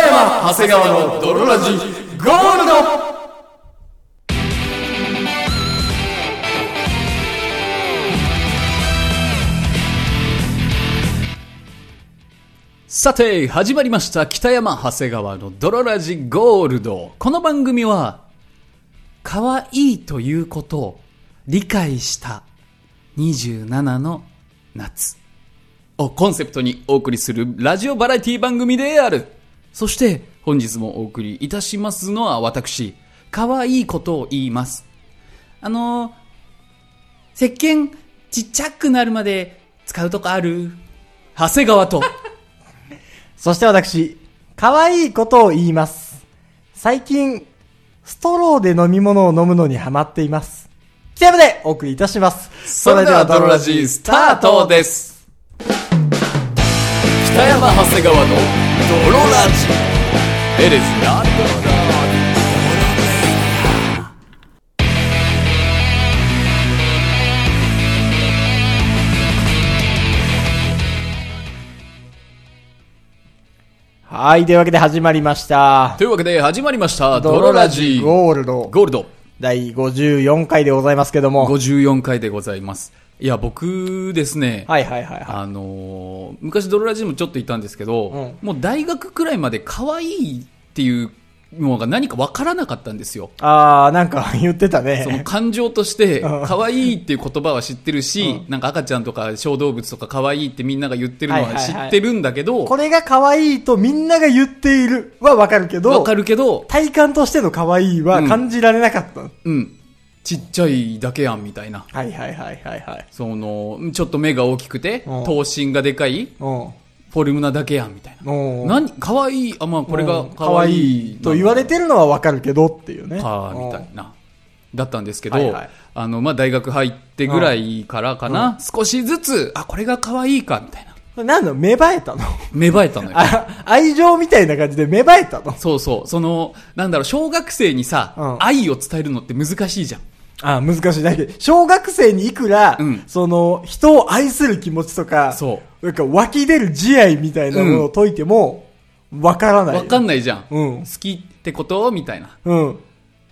長谷川の泥ラジゴールドさて、始まりました。北山長谷川の泥ラジゴールド。この番組は、可愛いということを理解した27の夏をコンセプトにお送りするラジオバラエティ番組である。そして、本日もお送りいたしますのは私、可愛いことを言います。あのー、石鹸ちっちゃくなるまで使うとこある長谷川と。そして私、可愛いことを言います。最近、ストローで飲み物を飲むのにハマっています。北山でお送りいたします。 それではドロラジースタートです北山長谷川のドロラジ It is not はい、というわけで始まりました。というわけで始まりましたドロラジドロゴールド。ゴールド第54回でございますけども。 54回でございますいや僕ですね、はいはいはいはあのー昔ドロラジもちょっといたんですけど、うんもう大学くらいまで可愛いっていうのが何かわからなかったんですよい。あー、なんか 言ってたそのね。感情として、 うん可愛いっていう言葉は知ってるし、なんか赤ちゃんとか小動物とか可愛いってみんなが言ってるのはいははい知はいってるんだけど、これが可愛いとみんなが言っているはわかるけわどか、るけど、体感としての可愛いは感じられなかった。うん、ちっちゃいだけやんみたいな。はいはいはいはいはい。その、ちょっと目が大きくて、うん頭身がでかい、うフォルムなだけやんみたいな。ん。うん。何可愛いあ、まあこれが可愛いうん可愛と言われてるのはわかるけどっていうね。か、みたうんいな。だったんですけど、はいはいあの、まあ大学入ってぐらいからかな、少しずつ、あ、これが可愛いか、みたいな。これ何なの芽生えたの 芽生えたのよ。あ、愛情みたいな感じで芽生えたのそうそう。その、なんだろう、小学生にさ、うん愛を伝えるのって難しいじゃん。あ難しい。だけど、小学生にいくら、うんその、人を愛する気持ちとか、そなんか湧き出る慈愛みたいなものを解いても、わからない。わかんない。ないじゃん。うん好きってことみたいな。うん。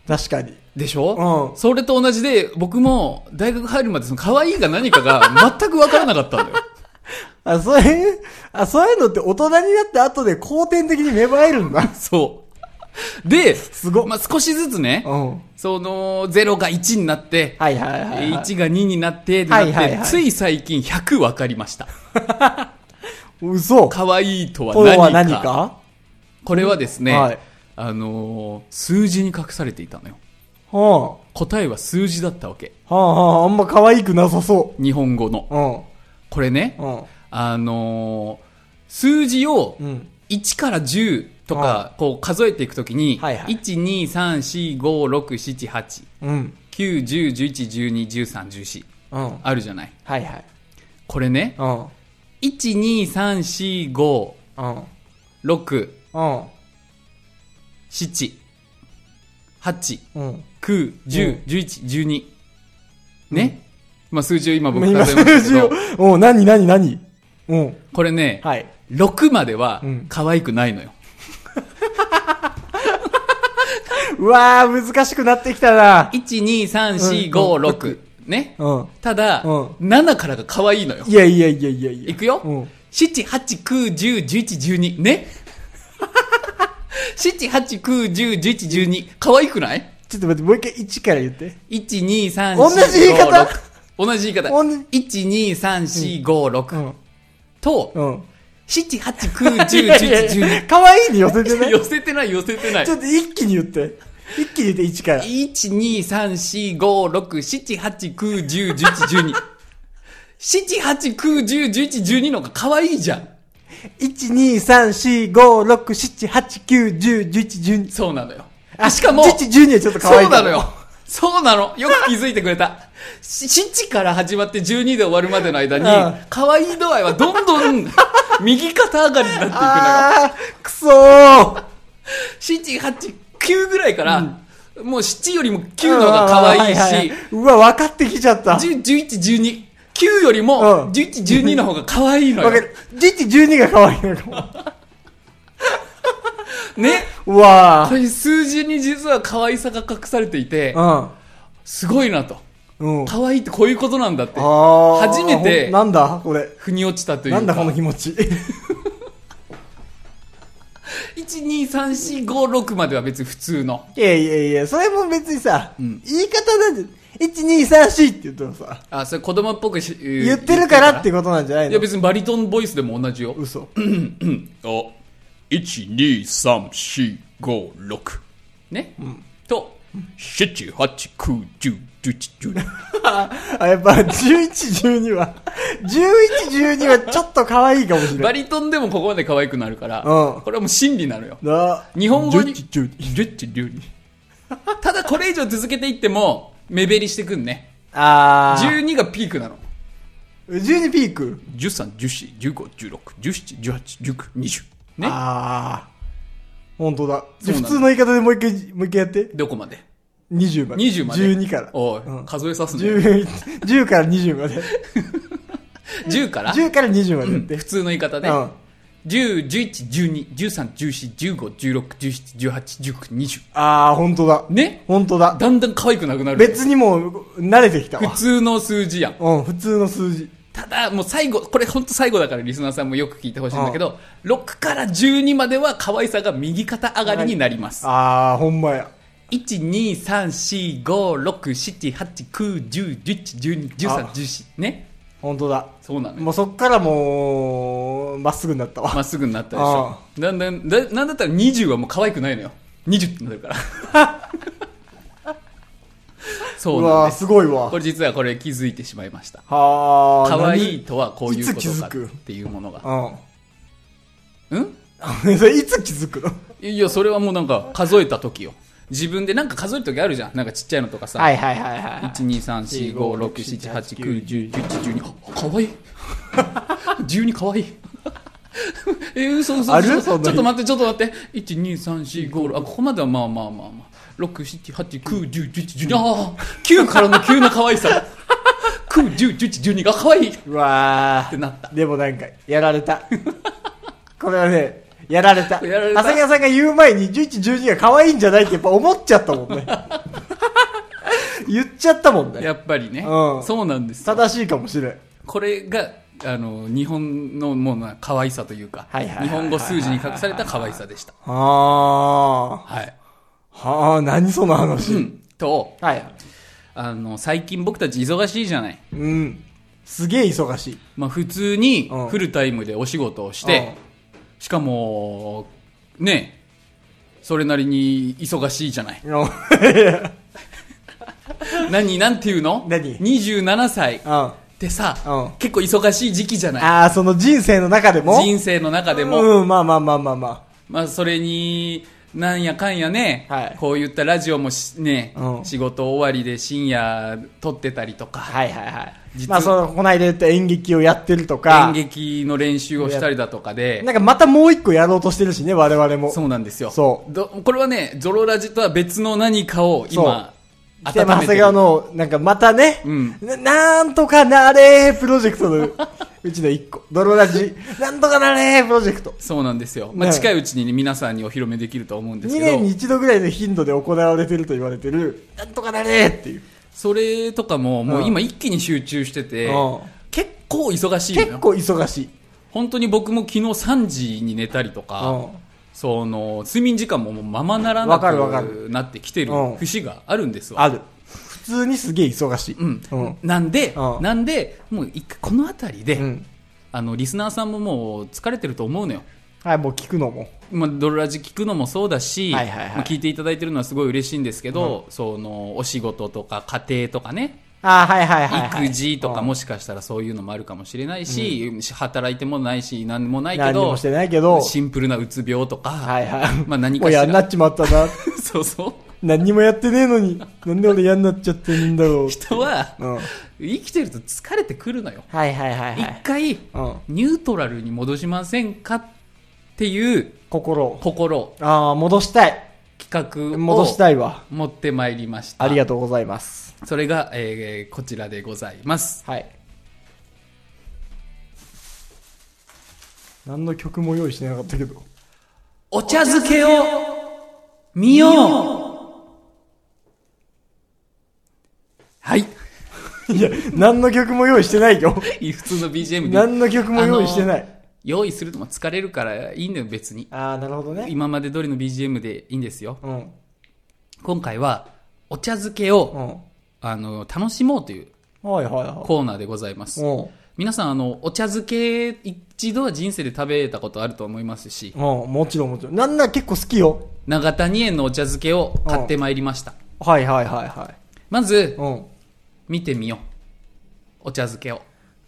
確かに。でしょ、うんそれと同じで、僕も大学入るまでその可愛いが何か が全くわからなかったんだよ。あ、そういう、 あ、そういうのって大人になった後で後天的に芽生えるんだ。そう。で、すごっまあ、少しずつね、うん。その、0が1になって、はいはいはい、はい。 1が2になって、ってなってはいはいはいつい最近100分かりました。嘘。可愛いとはと何か。は何かこれはですね、はいあのー数字に隠されていたのよ。はあ。答えは数字だったわけ。はあはあ、あんま可愛くなさそ日本語の。う。うん。これね、うん。あのー数字をうん。 1から10とか、こう数えていくときに、はいはい1、2、3、4、5、6、7、8、うん。 9、10、11、12、13、14うん。はいあるじゃない。はい。これね、うん。 1、2、3、4、5、うん。 6、うん。 7、8、うん。 9、10、11、12。ね、まあ数字を今僕今数えま数した字けをど、、うん、何何何うん。これね、はい。 6まではうん可愛くないのよ。うわー、難しくなってきたな。 1、2、3、4、うん5、6。ね。うん。ただ、うん7からが可愛いのよ。いやいやいやいやいや。いくよ、うん。 7、8、9、10、11、12。ね。7、8、9、10、11、12。可愛くないちょっと待って、もう一回1から言って。 ?1、2、3、4、5、6。同じ言い方同じ言い方。同じ1、2、3、4、5、う6。ん。と、うん。 7、8、9、10、いやいやい11、や可愛いに寄せて12。 ね。寄せてない、寄せてないちょ。っと一気に言って。一気に言って1から。 1,2,3,4,5,6,7,8,9,10,11,12 7,8,9,10,11,12のが可愛いじゃん。 1、2、3、4、5、6、7、8、9、10、11、12。そうなのよ。しかも、 11、12はちょっと可愛そい。うなのよ。。そうなの。よく気づいてくれた。し7から始まって12で終わるまでの間にうん、可愛い度合いはどんどん 右肩上がりになっていくのよ。あー、くそー。 7、8、9ぐらいから、もう7よりも9の方が可愛いうんはいはいしは、いうわ、分かってきちゃった。 10、11、12。9よりうも、ん11、12の方が可愛いのわかよ。る。11、12が可愛いのかも。ね。うわこれ数字に実は可愛さが隠されていて、ぁ。すごいなと。うん。うん。可愛いってこういうことなんだって。あー初めてなんだこれ。腑に落ちたというなか。んだこの気 持ち。 ?1,2,3,4,5,6 までは別に普通の。いやいやいや、それも別にさ、うん言い方なんじゃ、1、2、3、4って言ったらさ、あ、それ子供っぽくし言言ってるからってことなんじゃないいのや別にバリトンボイスでも同じよ。嘘。お12345ね、と789101112あ、やっぱ、11、12は、11、12はちょっと可愛いかもしれなバい。リトンでもここまで可愛くなるから、うんこれはもう真理なのよな日本語に11 12 1112ただこれ以上続けていっても目減りしてくんねあー。 12がピークなの12ピーク。 1314151617181920ねあー。本当だ。そうな普の通の言い方でもう一回、もう一回やって。どこまで20まで。 20まで12から。おい、うん数えさすね10 10から20まで。 10から10から20までやって。普通の言い方で、うん。 10、11、12、13、14、15、16、17、18、19、20。あー、本当だ。ね本当だ。だんだん可愛くなくなる。別にもう、慣れてきたわ普。通の数字やん。うん、普通の数字。ただ、もう最後、これほんと最後だからリスナーさんもよく聞いてほしいんだけど、6から12までは可愛さが右肩上がりになります。あー、ほんまや。 1、2、3、4、5、6、7、8、9、10、11、12、13、あ14。ねほんとだ。そうなのよ。もうそっからもう、まっすぐになったわ。まっすぐになったでしょ。だんだん、だなんだったら20はもう可愛くないのよ。20ってなるから。そううなんわでー、す。すごいわこ。れ実はこれ気づいてしまいました。はー。可愛い何とはこういうこといつ気かづっくていうものが。うんん。 それいつ気づくのいや、それはもうなんか数えた時よ。自分でなんか数える時あるじゃん。なんかちっちゃいのとかさ。はいはいはいは1、2、3、4、5、6、7、8、9、10、11、12。あ、かわいい。12かわいい。 えー、嘘嘘あ嘘るちょっそんな日と待って、ちょっと待って。1、2、3、4、5、6。あ、ここまではまあまあまあまあ。6、7、8、9、10、11、12。ああ、9からの急な可愛さ。9、10、11、12が可愛いっい。うわてなった。ー。でもなんか、やられた。これはね、やられた。やられた長谷川さんが言う前に、11、12が可愛いんじゃないってやっぱ思っちゃったもんね。言っちゃったもんね。やっぱりね。うんそうなんですよ。正しいかもしれん。これが、あの、日本のもの可愛さというか、はいはいはいはい日本語数字に隠された可愛さでした。ははい。あ。はあ、何その話。うん。と、はい。あの、最近僕たち忙しいじゃない。うん。すげえ忙しい。まあ普通にうん。フルタイムでお仕事をして、しかも、ね、それなりに忙しいじゃない うん。うん。何、なんていうの何 ?27 歳っあてさ、うん結構忙しい時期じゃない。あ、その人生の中でも人生の中でも、うん、まあまあまあまあままあそれに、なんやかんやね、はいこういったラジオもしね、うん仕事終わりで深夜撮ってたりとあ。か、はいはいはい。実まあ、その、こないだ言った演劇をやってるとか。演劇の練習をしたりだとかで、なんかまたもう一個やろうとしてるしね、我々も。そうなんですよ。そうどこれはね、ゾロラジとは別の何かを今、温で、長めてる谷川。の、なんかまたね、うんな、なんとかなれープロジェクトのうちの一 個。泥ラジ、なんとかなれープロジェクト。そうなんですよ。まあ、ね近いうちにね皆さんにお披露目できると思うんで2すけ年にど、一度ぐらいの頻度で行われてると言われてる、なんとかなれーっていう。それとかももううん今一気に集中しててうん、結構忙しいの結よ。構忙しい。本当に僕も昨日3時に寝たりとか、その、睡眠時間ももうままならなわかるわかくなってきてるうん節があるんですわ。ある。普通にすげえ忙しい。うんうん。なんで、うんなんで、もう一回この辺りで、うんあの、リスナーさんももう疲れてると思うのよ。はい、もう聞くのも。まあ、ドロラジ聞くのもそうだし、はいはいはいまあ聞いていただいてるのはすごい嬉しいんですけど、そのお仕事とか家庭とかね、あーはいはいはい、はい。育児とかうんもしかしたらそういうのもあるかもしれないし、働いてもないし何もないけ何にどもしてないけど、シンプルなうつ病とか、はいはい。まあ、何もかうしやらんなっちまったな。 そうそう何にもやってねえのに、なんで俺嫌になっちゃってんだ ろう。人 は、うん。はい生きてると疲れてくるのよはいはい一、はい。回うん。ニュートラルに戻しませんかっていう心を。心ああ、戻したい。企画を戻したいわ。持ってまいりましたありがとうございます。それが、えーこちらでございます。はい。何の曲も用意してなかったけど。 お茶漬けを見ようはい。 いや、何の曲も用意してない よ。普通の BGM で。何の曲も用意してない。用意するとも疲れるからいいんだよ、別に。あー、なるほどね。今まで通りの BGM でいいんですよ。うん。今回は、お茶漬けうを、ん。あの、楽しもうというはいはいはコーナーでございますい。。うん。皆さん、あの、お茶漬け、一度は人生で食べたことあると思いますし、うん、もちろんもちろん。なんなら結構好きよ。長谷園のお茶漬けを買ってまいりました。はいはいはいはい。まず、うん。見てみよう。お茶漬けを。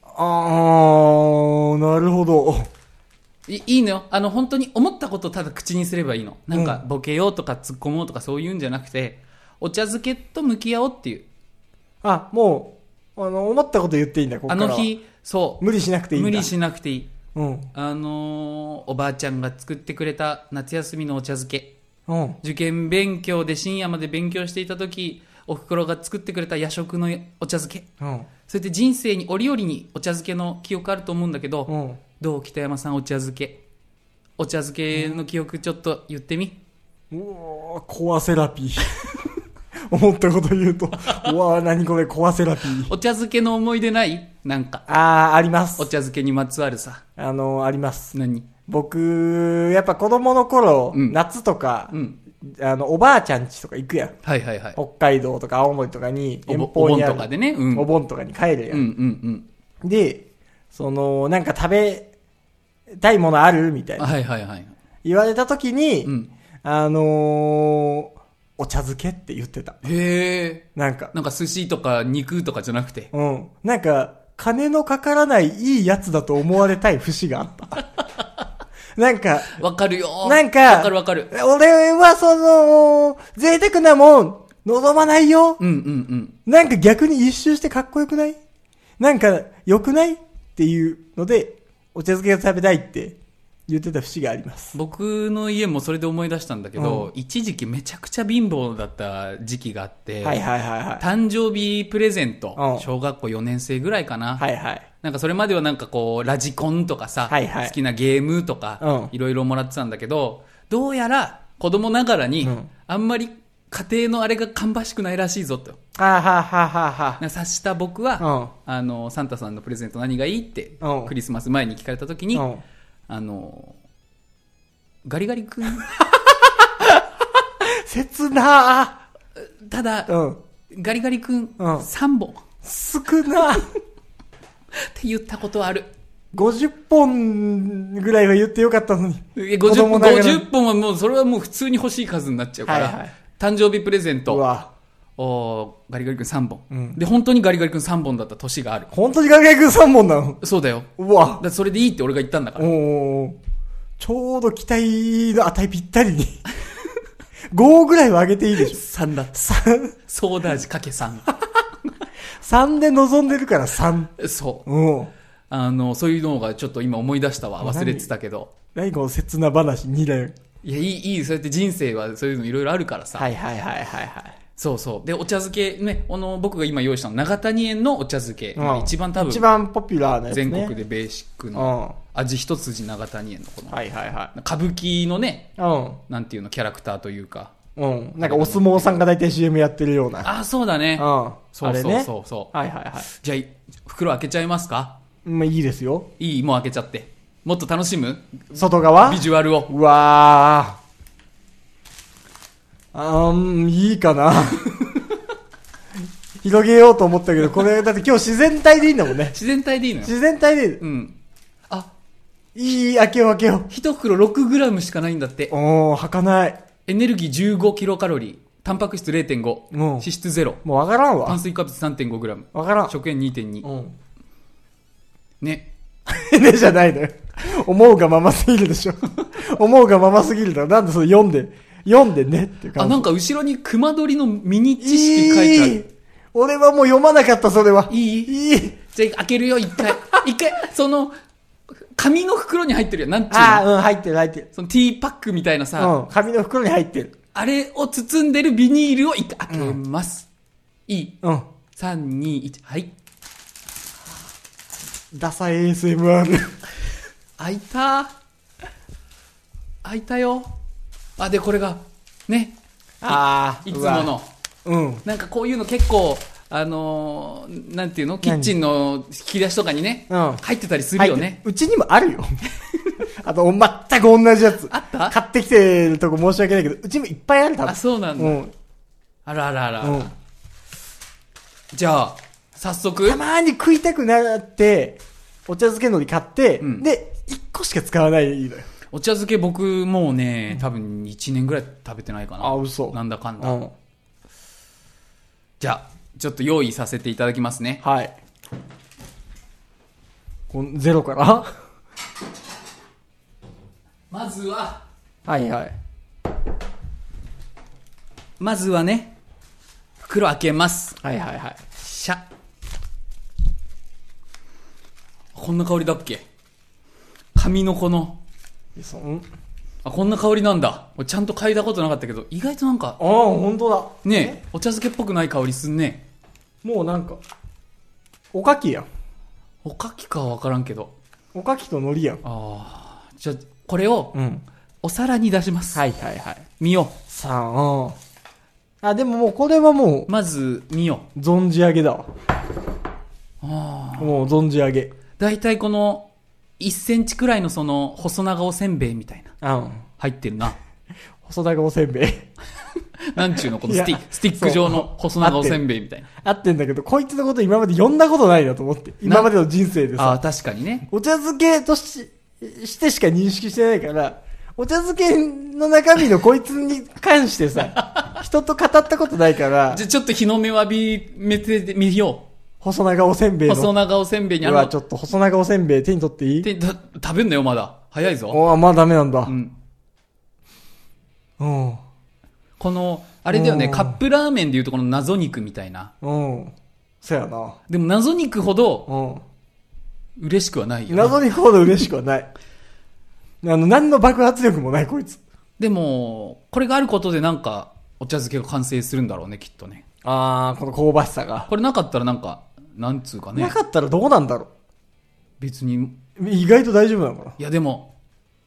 あー、なるほど。いいいのよ。あの、本当に思ったことをただ口にすればいいの。なんか、ボケようとか突っ込もうとかそういうんじゃなくて、お茶漬けと向き合おうっていう。あ、もう、あの、思ったこと言っていいんだ、ここあからはの。日、そう。無理しなくていいんだ。無理。しなくていい。うん。あのーおばあちゃんが作ってくれた夏休みのお茶漬け。うん。受験勉強で深夜まで勉強していた時、おふくろが作ってくれた夜食のお茶漬け。うん。それって人生に折々にお茶漬けの記憶あると思うんだけど、うん。どう北山さんお茶漬け。お茶漬けの記憶ちょっと言ってみ。うわー、コアセラピー。 思ったこと言うと。うわー、何これ、コアセラピー。お茶漬けの思い出ないなんか。あー、ありまおす。茶漬けにまつわるさ。あの、あります。何僕、やっぱ子供の頃、うん夏とか、うん。あの、おばあちゃん家とか行くやん。はいはいはい。北海道とか青森とかに、お遠ぼ方にあるお盆とかでねうんお盆とかに帰るやうんうんん。うん。で、その、なんか食べたいものあるみたいな。はいはいはい。言われた時に、うん。あのー、お茶漬けって言ってた。へえ。なんか、なんか寿司とか肉とかじゃなくて。うん。なんか、金のかからないいいやつだと思われたい節があった。 なんか、わかるよなんかわかるわかる。俺はその、贅沢なもん、望まないよ。うんうんなんか逆に一周してかっこよくないなんか、良くないっていうので、お茶漬けが食べたいって言ってた節があります。うん。僕の家もそれで思い出したんだけど、一時期めちゃくちゃ貧乏だった時期があって、はいはいはいはい。誕生日プレゼント、うん小学校4年生ぐらいかな、はいはい。なんかそれまではなんかこう、ラジコンとかさ、はいはい好きなゲームとか、ういろいろもらってたんだけど、どうやら子供ながらに、うんあんまり家庭のあれが芳しくないらしいぞと。あーはーはーはーなはーんか察した僕は、うんあの、サンタさんのプレゼント何がいいって、うんクリスマス前に聞かれた時に、うんあの、ガリガリ君、切なーただ、うん。ガリガリ君、うん3本っ 少なーて言ったことある。 50本ぐらいは言ってよかったのに。え子50供本ながら50本はもうそれはもう普通に欲しい数になっちゃうから、はいはい誕生日プレゼンうトわ。おーガリガリ君3本、うんで本当にガリガリ君3本だった年がある本当にガリガリ君3本なのそうだようわだっ。てそれでいいって俺が言ったんだかおらーちょうど期待の値ぴったりに。5ぐらいは上げていいでしょ。 3だ3、ソーダ味かけ3 3で望んでるから 3。そううん。あのそういうのがちょっと今思い出したわ忘れてたけど何この切な話2連。いやいいいいそうやって人生はそういうのいろいろあるからさ、いはいはいはいはい。そうそうでお茶漬けねあの僕が今用意したの長谷園のお茶漬け、まあ一番多一分番ポピュラーなやつね。全国でベーシックうん。のは味一筋長谷園のこのいはいは歌舞伎のね、い。なんていうの、キャラクターというか。うん。うん。なんかお相撲さんが大体 CM やってるような。ああ、そうだね。うん。そうあれそうね。そうそう。はいはいはい。じゃあ、い袋開けちゃいますかまあいいですよ。いいもう開けちゃって。もっと楽しむ外側ビジュアルを。うわー。あーん、いいかな。 広げようと思ったけど、これ、だって今日自然体でいいんだもんね。自然体でいいのよ。自然体で、うん。あ、いい、開けよう開けよ一袋 6g しかないんだってう。。おー、吐かない。エネルギー 15kcal、タンパク質0.5、うん脂質0、もうわからん炭わ。水化物 3.5g、わからん。食塩2.2。うん。 ね。ねじゃないのよ。思うがまますぎるでしょ。思うがまますぎるだろ。なんでそれ読んで、読んでねっていう感あ、じ。なんか後ろに熊取のミニ知識書いてある。いい俺はもう読まなかった、それは。いいいい。じゃあ開けるよ、一 回。一回、その、紙の袋に入ってるやん。なんちゅうあのあ、うん、入ってる入ってる。そのティーパックみたいなさ、うん、紙の袋に入ってる。あれを包んでるビニールを一回開けます。いい。うん。 3、2、1、はい。ダサい ASMR。開いたーあ、いたよ。あ、で、これが、ね、ああ、いつもの。うわ。うん。なんかこういうの結構、あのーなんていうのキッチンの引き出しとかにね、うん入ってたりするよ入っねて。。うちにもあるよ。 あと、全く同じやつ。あった買ってきてるとこ申し訳ないけど、うちにもいっぱいある、多分。あ、そうなんだ。うん。あらあらあら。うん。じゃあ、早速た。まに食いたくなって、お茶漬け海苔買って、うんで、一個しか使わないのよ。お茶漬け僕もうね、多分1年ぐらい食べてないかな。あ嘘なんだかんうだ。ん。じゃあ、ちょっと用意させていただきますね。はい。このゼロからまずは、はいはい。まずはね、袋開けます。はいはいはい。シャこんな香りだっけ紙のこの、そんあ、こんな香りなんだ。俺ちゃんと嗅いだことなかったけど、意外となんかあ、あ、本当だ。ねえ、お茶漬けっぽくない香りすんね。もうなんか、おかきやん。おかきかはわからんけど。おかきと海苔やん。ああ、じゃあ、これをうん。お皿に出します。はいはいはい。見よさあ、うん。あ、でももうこれはもう。まず、見よう、存じ上げだわ。う。ああ。もう存じ上げ。だいたいこの、1センチくらいのその、細長おせんべいみたいな。うん。入ってるな。 細長おせんべい。 なんちゅうの、このスティッいやク、スティック状の細長おせんべいみた いな。合ってんだけど、こいつのこと今まで呼んだことないなと思って。今までの人生でああさ、ー、確かにね。お茶漬けとししてしか認識してないから、お茶漬けの中身のこいつに関してさ、 人と語ったことないからじ、ゃ、ちょっと日の目を浴び、めて、見よ細長おせんべう。いの。細長おせんべいにあうるのわ、ちょっと細長おせんべい手に取っていいでた食べんのよ、まだ。早いぞ。おあ、まあダメなんだう。ん。うん。この、あれだよね、うんカップラーメンでいうとこの謎肉みたいな。うん。そやな。でも謎肉ほどうん。嬉しくはないよ、ね。謎にほど嬉しくはない。あの、何の爆発力もない、こいつ。でも、これがあることでなんか、お茶漬けが完成するんだろうね、きっとね。あー、この香ばしさが。これなかったらなんか、なんつうかねな。かったらどうなんだろ別に、う。意外と大丈夫なのかな。いやでも、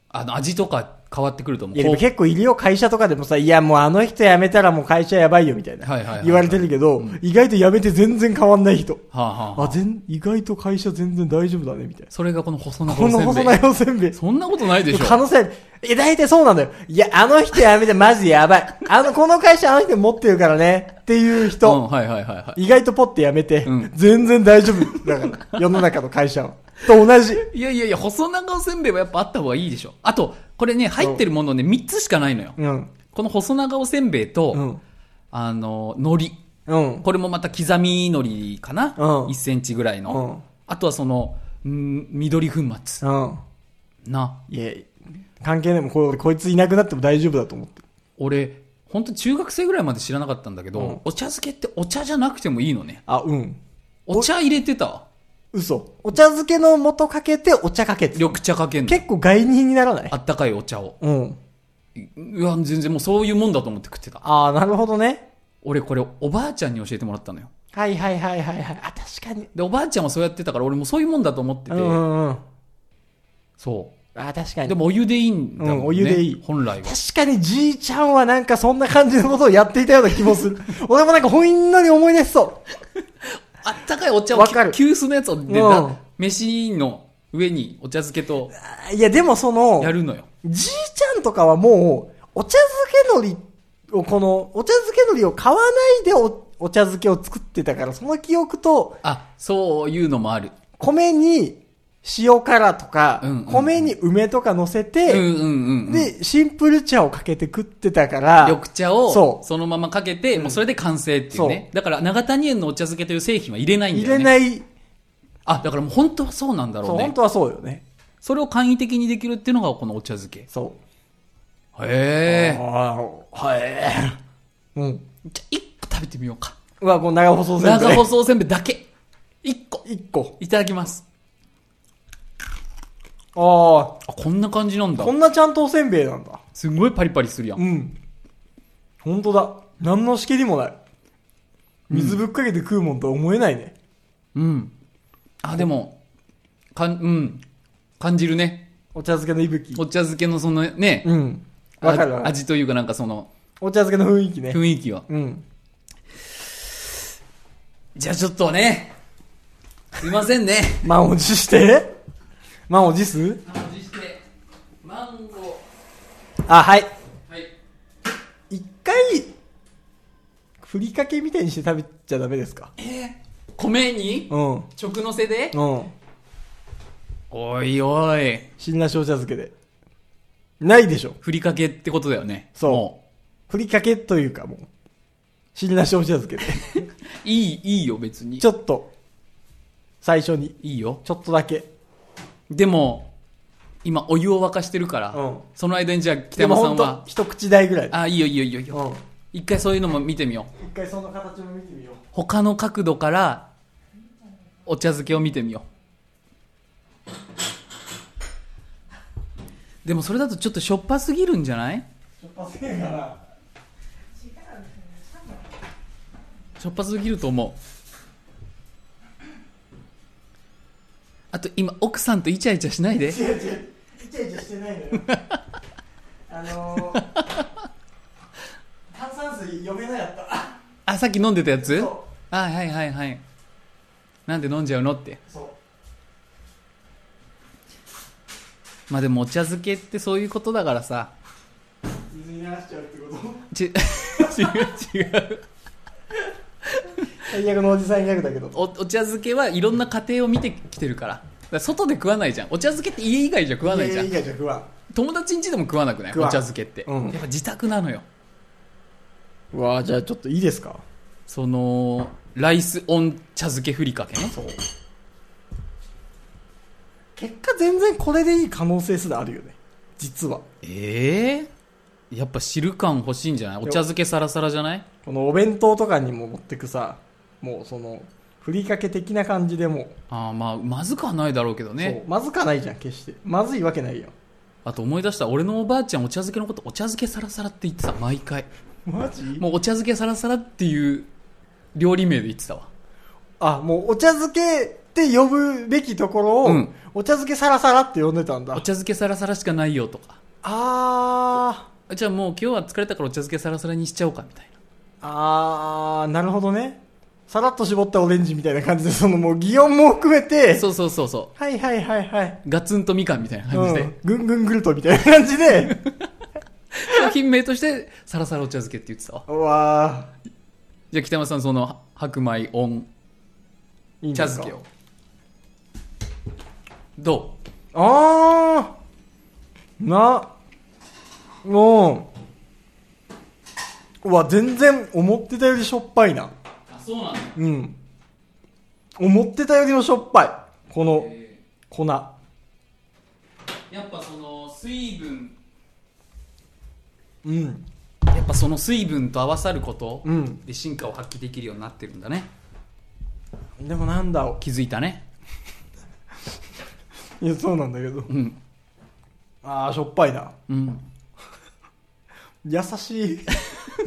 あの、味とか変わってくると思う。いや、でもこう結構いるよ、会社とかでもさ、いや、もうあの人辞めたらもう会社やばいよ、みたいな。はいはいはいはい言われてるけど、意外と辞めて全然変わんない人。はあ、はあ、あ、全、意外と会社全然大丈夫だね、みたいな。それがこの細長こおせのんべ細い。長いおせんべい。そんなことないでしょ。可能性ある。いや、大体そうなんだよ。いや、あの人辞めてマジやばい。あの、この会社あの人持ってるからね。っていううん、人。はいはいはいはい。意外とポッて辞めて、うん全然大丈夫。だから、世の中の会社は。と同じ。いやいやいや、細長おせんべいはやっぱあった方がいいでしょ。あと、これね、入ってるものね、3つしかないのよ。うん。この細長おせんべいと、うん。あの、海苔。うん。これもまた刻み海苔かな、うん ?1 センチぐらいの。うんあとはその、ん緑粉末。うん。な。いや、関係ないもん。ここいついなくなっても大丈夫だと思ってる。俺、本当中学生ぐらいまで知らなかったんだけど、うんお茶漬けってお茶じゃなくてもいいのね。あ、うん。お茶入れてたわ嘘。お茶漬けの素かけてお茶かけて。緑茶かけんの。結構外人にならないあったかいお茶を。うん。うわ、全然もうそういうもんだと思って食ってた。ああ、なるほどね。俺これおばあちゃんに教えてもらったのよ。はいはいはいはいはい。あ、確かに。で、おばあちゃんはそうやってたから、俺もそういうもんだと思ってて、うんうんうん。そあ、確かう。にで。もお湯でいいんだもんね。うんお湯でいい本来は。確かにじいちゃんはなんかそんな感じのことをやっていたような気もす る。俺もなんかほんのり思い出しそあったかいお茶を、わかる急須のやつをで、うんだ飯の上にお茶漬けとう。いや、でもそのや、るのよ。じいちゃんとかはもう、お茶漬け海苔を、この、お茶漬け海苔を買わないでおお茶漬けを作ってたから、その記憶と、あ、そういうのもある。米に塩辛とか、うんうんうん米に梅とか乗せうんて、うんうんうん。で、シンプル茶をかけて食ってたから、緑茶をそそうのままかけて、もうそれで完成っていうね。だから、長谷園のお茶漬けという製品は入れないんだ入よね。れない、あ、だからもう本当はそうなんだろそうう、ね本。当はそうよね。それを簡易的にできるっていうのがこのお茶漬け。へそう。え。ああ、はい。うん。じゃあ、一個食べてみようか。うわ、この長細せんべい。長細おせんべいだけ。一個。一個。いただきます。あ、あこんな感じなんあ、だこ。んなちゃんとおせんべいなんだ。すんごいパリパリするやん。うん。ほんとだ。何の仕切りもない。水ぶっかけて食うもんとは思えないね。うん。あ、でも、かん、うん。感じるね。お茶漬けの息吹。お茶漬けのそのね、うん。わかるわあかる。味というかなんかそのお茶漬けの雰囲気ね。雰囲気は。うん。じゃあちょっとね、すいませんね。満を持して満を持す味して、マンゴあ、はい。ー。はい。一回、ふりかけみたいにして食べちゃダメですか米にうん。直のせでうん。おいおい。辛辣お茶漬けで。ないでしょ。ふりかけってことだよね。そうもふりかけというかもう。辛辣お茶漬けで。 う。いい、いいよ別にち。ょっと、最初に、いいよ。ちょっとだけ。でも、今お湯を沸かしてるから、うんその間にじゃあ北でも山さほんんとは、、一口大ぐらい。あ、いいよいいよいいよいいよ。うん。一回そういうのも見てみよう。一回その形も見てみよう。他の角度からお茶漬けを見てみようでもそれだとちょっとしょっぱすぎるんじゃないしょっぱすぎるから。しょっぱすぎると思うあと今奥さんとイチャイチャしないで違う違う。イチャイチャしてないの よ。あのー、炭酸水読めなか った。あさっき飲んでたやつそうはいはいはいはいなんで飲んじゃうのってそう。まあでもお茶漬けってそういうことだからさ水に流しちゃうってことち 違う違う最悪のおじさんギャグだけどおお茶漬けはいろんな家庭を見てきてるからだから外で食わないじゃんお茶漬けって家以外じゃ食わないじゃんいやいやいや食わん友達ん家でも食わなくないお食わん茶漬けって、うんやっぱ自宅なのようわじゃあちょっといいですかそのライスオン茶漬けふりかけね結果全然これでいい可能性すらあるよね実はええやっぱ汁感欲しいんじゃないお茶漬けサラサラじゃないこのお弁当とかにも持ってくさもうそのふりかけ的な感じでもあーまあまずくはないだろうけどう、ねそうまずかないじゃん決してまずいわけないやんあと思い出した俺のおばあちゃんお茶漬けのことお茶漬けサラサラって言ってた毎回マジもうお茶漬けサラサラっていう料理名で言ってたわあもうお茶漬けって呼ぶべきところを、うんお茶漬けサラサラって呼んでたんおだ茶漬けサラサラしかないよとかあーじゃあもう今日は疲れたからお茶漬けサラサラにしちゃおうかみたいなあーなるほどねさらっと絞ったオレンジみたいな感じでそのもう擬音も含めてそうそうそうそはいはいはいはいうガツンとみかんみたいな感じで、うん、ぐんぐんぐるとみたいな感 じで商品名としてサラサラお茶漬けって言ってたわうわじゃあ北山さんその白米オンーいいんで茶すか漬けをどうあーなもううわ全然思ってたよりしょっぱいなあそうなんだうん思ってたよりもしょっぱいこの粉やっぱその水分うんやっぱその水分と合わさることうんで進化を発揮できるようになってるんだねでもなんだろ気づいたねういやそうなんだけどうんあーしょっぱいなうん優しい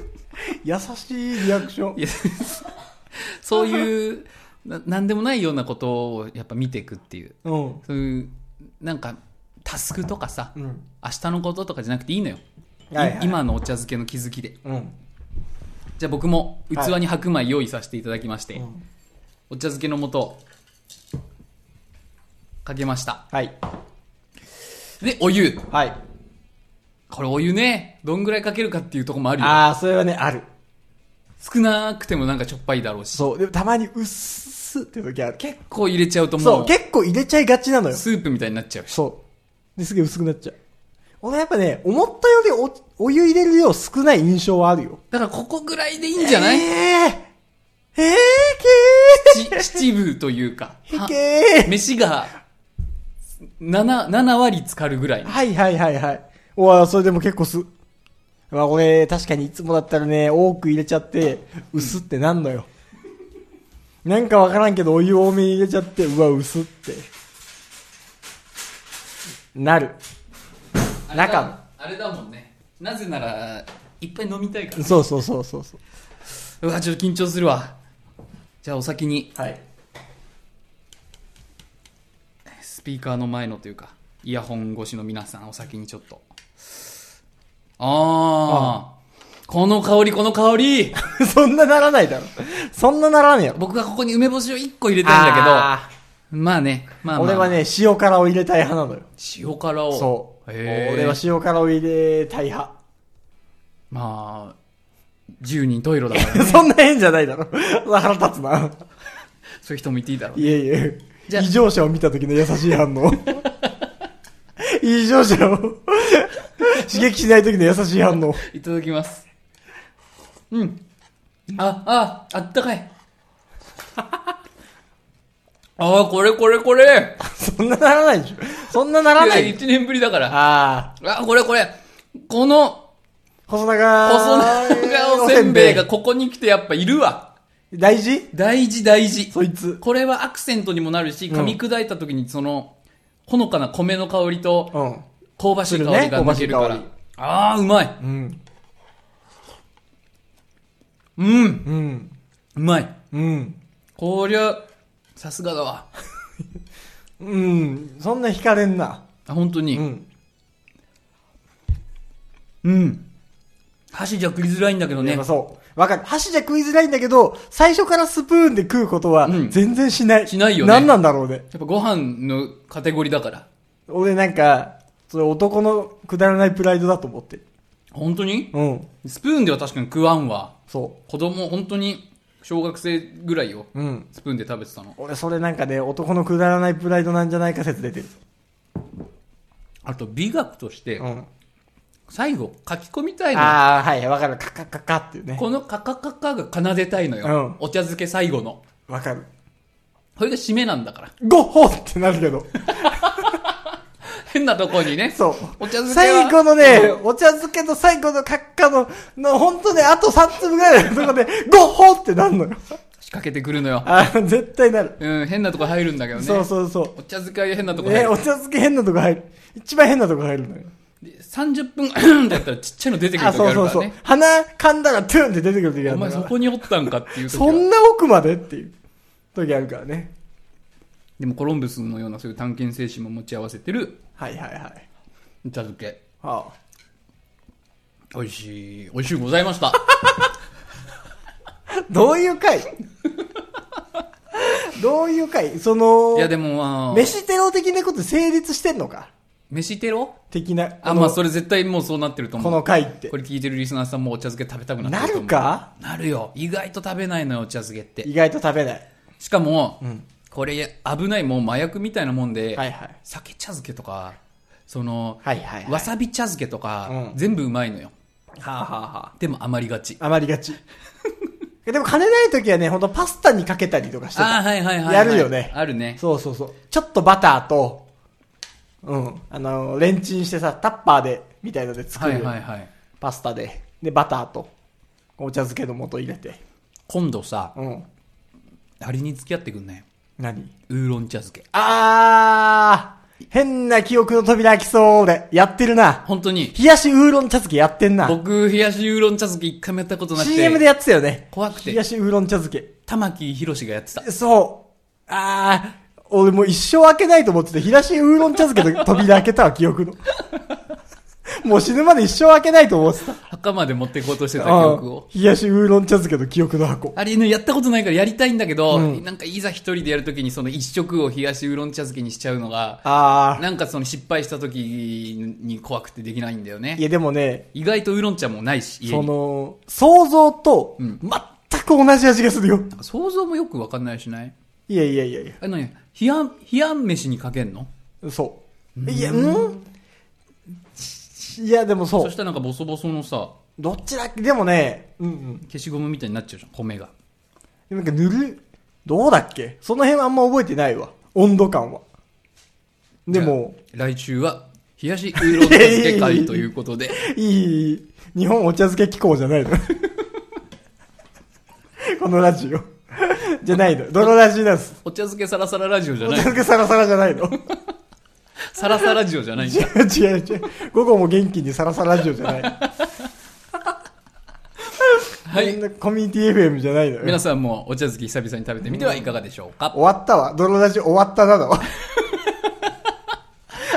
優しいリアクションいや そういうななんでもないようなことをやっぱ見ていくっていううんそういうなんかタスクとかさうん明日のこととかじゃなくていいのよ、はいはいい今のお茶漬けの気づきでうんじゃあ僕も器に白米用意させていただきまして、うんお茶漬けの素をかけましたはいでお湯はいこれお湯ねどんぐらいかけるかっていうとこもあるよああそれはねある少なくてもなんかちょっぱいだろうしそうでもたまにうっすって時ある結こう入れちゃうとそもうう結構入れちゃいがちなのよスープみたいになっちゃうしそうですげえ薄くなっちゃう俺やっぱね思ったよりおお湯入れる量少ない印象はあるよだからここぐらいでいいんじゃない、えー、えー、けち七分というかーはけー飯が 7, 7割浸かるぐらいはいはいはいはいおわそれでも結構すまあ俺確かにいつもだったらね多く入れちゃって薄ってなんのよなんかわからんけどお湯多めに入れちゃってうわ薄ってなるあれだ中のあれだもんねなぜならいっぱい飲みたいからそうそうそうそうそううわちょっと緊張するわじゃあお先にはい スピーカーの前のというかイヤホン越しの皆さん、お先にちょっと。あー、この香り、この香りそんなならないだろ。そんなならんやろ。僕がここに梅干しを1個入れたいんだあけど、まあね、まあ、ーまあ、俺は、ね、塩辛を入れたい派なのよ。塩辛を。そう。へー俺は塩辛を入れたい派。 まあ、10人トイレだから、 ね、そんな変じゃないだろ。腹立つな。そういう人もいていいだろう。いえいえ。じゃあ異常者を見た時の優しい 反応。異常者を刺激しない時の優しい反応。いただきます。うん。あ、あ、あったかい。 ああ、これこれこれ。そんなならないでしょ。そんなならないやい。一年ぶりだから。ああ。あ、これこれ。この、細長い。細長おせんべいがここに来てやっぱいるわ。大事大事大事。そいつ。これはアクセントにもなるし、うん噛み砕いた時にその、ほのかな米の香りと、うん。香ばしい香りが抜けるかするら。ね香ばしい香ああ、うまい。うん。うん、うん。うまい。うん。こりゃ、さすがだわ。うん。そんな惹かれんな。あ本当うに。ん。うん。箸じゃ食いづらいんだけどやっねぱ。そう。わかる。箸じゃ食いづらいんだけど、最初からスプーンで食うことはうん全然しない。しないよね何なんだろうね。やっぱご飯のカテゴリーだから。俺なんか、それ男のくだらないプライドだと思ってる。本当にうん。スプーンでは確かに食わんわ。そ子供、本当に、小学生ぐらいよ。う。うん。スプーンで食べてたの。俺それなんかね、男のくだらないプライドなんじゃないか説出てる。あと、美学としてう、ん。最後、書き込みたいのよ。ああ、はい、わかる。カカカカっていうね。このカカカカが奏でたいのよ。うお茶漬け最後の。わかる。それが締めなんだから。 ゴッホってなるけど。変なとこにね。そう。お茶漬けは最後のね、お茶漬けと最後のカッカの、の、本当ね、あと3粒ぐらいのとこで、ゴッホってなるのよ。仕掛けてくるのよ。あー絶対なる。うん、変なとこ入るんだけどね。そうそうそお茶漬けは変なとう。こ入ね、るお。茶漬け変なとこ入る。一番変なとこ入るのよ。で30分、 ってやったらちっちゃいの出てくるあ、時あそうるそかうらそうね。。鼻噛んだらトゥンって出てくる時あおるか前らそこにおったんかっていう時そはんな奥までっていう時あるからね。でもコロンブスのようなそういう探検精神も持ち合わせてるはいはいはい。お茶漬け。は美味しい、美味しいございま した。あ、どういう 回どういう回その、いやでも、あー飯テロ的なこと成立してんのか飯テロ的な。あ、まあそれ。れ絶対もうそうなってると思う。この回ってこ。れ聞いてるリスナーさんもお茶漬け食べたくなってなると思るう。かなるよ。意外と食べないのよ、お茶漬けって。意外と食べない。しかも、んこれ危ないもう麻薬みたいなもんで、はいはい。酒茶漬けとか、その、はいはい、はい。わさび茶漬けとか、うん全部うまいのよ。はあ、はあはあ、でも余りがち。余りがち。 でも金ない時はね、ほんとパスタにかけたりとかしてああー、た。はいはいはいはい。やるよねあるね。そうそうそう。ちょっとバターと、うん。あの、レンチンしてさ、タッパーで、みたいので作はる、いはいはい。パスタで。で、バターと、お茶漬けの素入れて。今度さ、うん。あれに付き合ってくんね。何ウーロン茶漬け。あー、変な記憶の扉開きそうで、やってるな。本当に、冷やしウーロン茶漬けやってんな。僕、冷やしウーロン茶漬け一回もやったことなくて。 CM でやってたよね。怖くて冷やしウーロン茶漬け。玉木宏がやってた。そう。あー、俺もう一生開けないと思ってて、冷やしウーロン茶漬 けの扉開けたわ、記憶の。もう死ぬまで一生開けないと思ってた。墓まで持っていこうとしてた記憶を。うん冷やしウーロン茶漬けの記憶の箱。あれね、やったことないからやりたいんだけど、うんなんかいざ一人でやるときにその一食を冷やしウーロン茶漬けにしちゃうのが、あなんかその失敗したときに怖くてできないんだよー。いね。やでもね、意外とウーロン茶もないし、家そに。の、想像と、うん全く同じ味がするよ。想像もよくわかんないしないいやいやいやいや。あのね、冷や、冷や飯にかけんのそう。いや、うんしいや、でもそそうし。たらなんかボソボソのさ、どっちだっけでもね、うんうん。消しゴムみたいになっちゃうじゃん、米が。でもなんかぬる、どうだっけその辺はあんま覚えてないわ。温度感は。でも、じゃあ、来週は、冷やしウーロン茶漬け会ということで、 いいいい、日本お茶漬け機構じゃないの。 このラジオ。じゃないの。泥ラジなんです。お茶漬けサラサララジオじおゃな茶 い。漬けサラサラじゃな いの。サラサラジオじゃないん違だ。う違う違う。午後も元気にサラサララジオじゃない。はこんい。なコミュニティ FM じゃないの皆よ。さんもお茶漬け久々に食べてみてはいかがでしょうか終わったわ。泥ラジ終わったなだわ。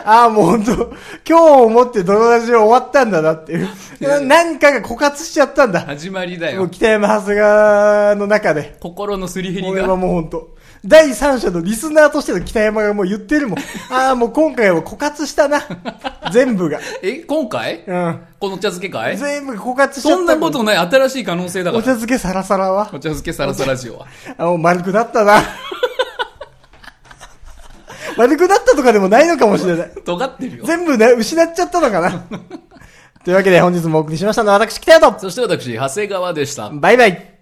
ああ、もう本当今日をもって泥ラジオ終わったんだなっていう。ななんかが枯渇しちゃったんだ。始まりだもうよ。北山長谷川の中で。心のすり減り俺はが。もう本当第三者のリスナーとしての北山がもう言っ てるもん。ああ、もう今回は枯渇したな。全部が。え、今回うん。このお茶漬け会全部枯渇しちゃったそんなことない。新しい可能性だおか茶ら。漬けサラサラはお茶漬けサラサラジオは。あもう丸くなっ たな丸くなったとかでもないのかもしれない尖ってるよ。全部ね失っちゃったのかな というわけで本日もお送りしましたのは私北谷とそして私、長谷川でした。バイバイ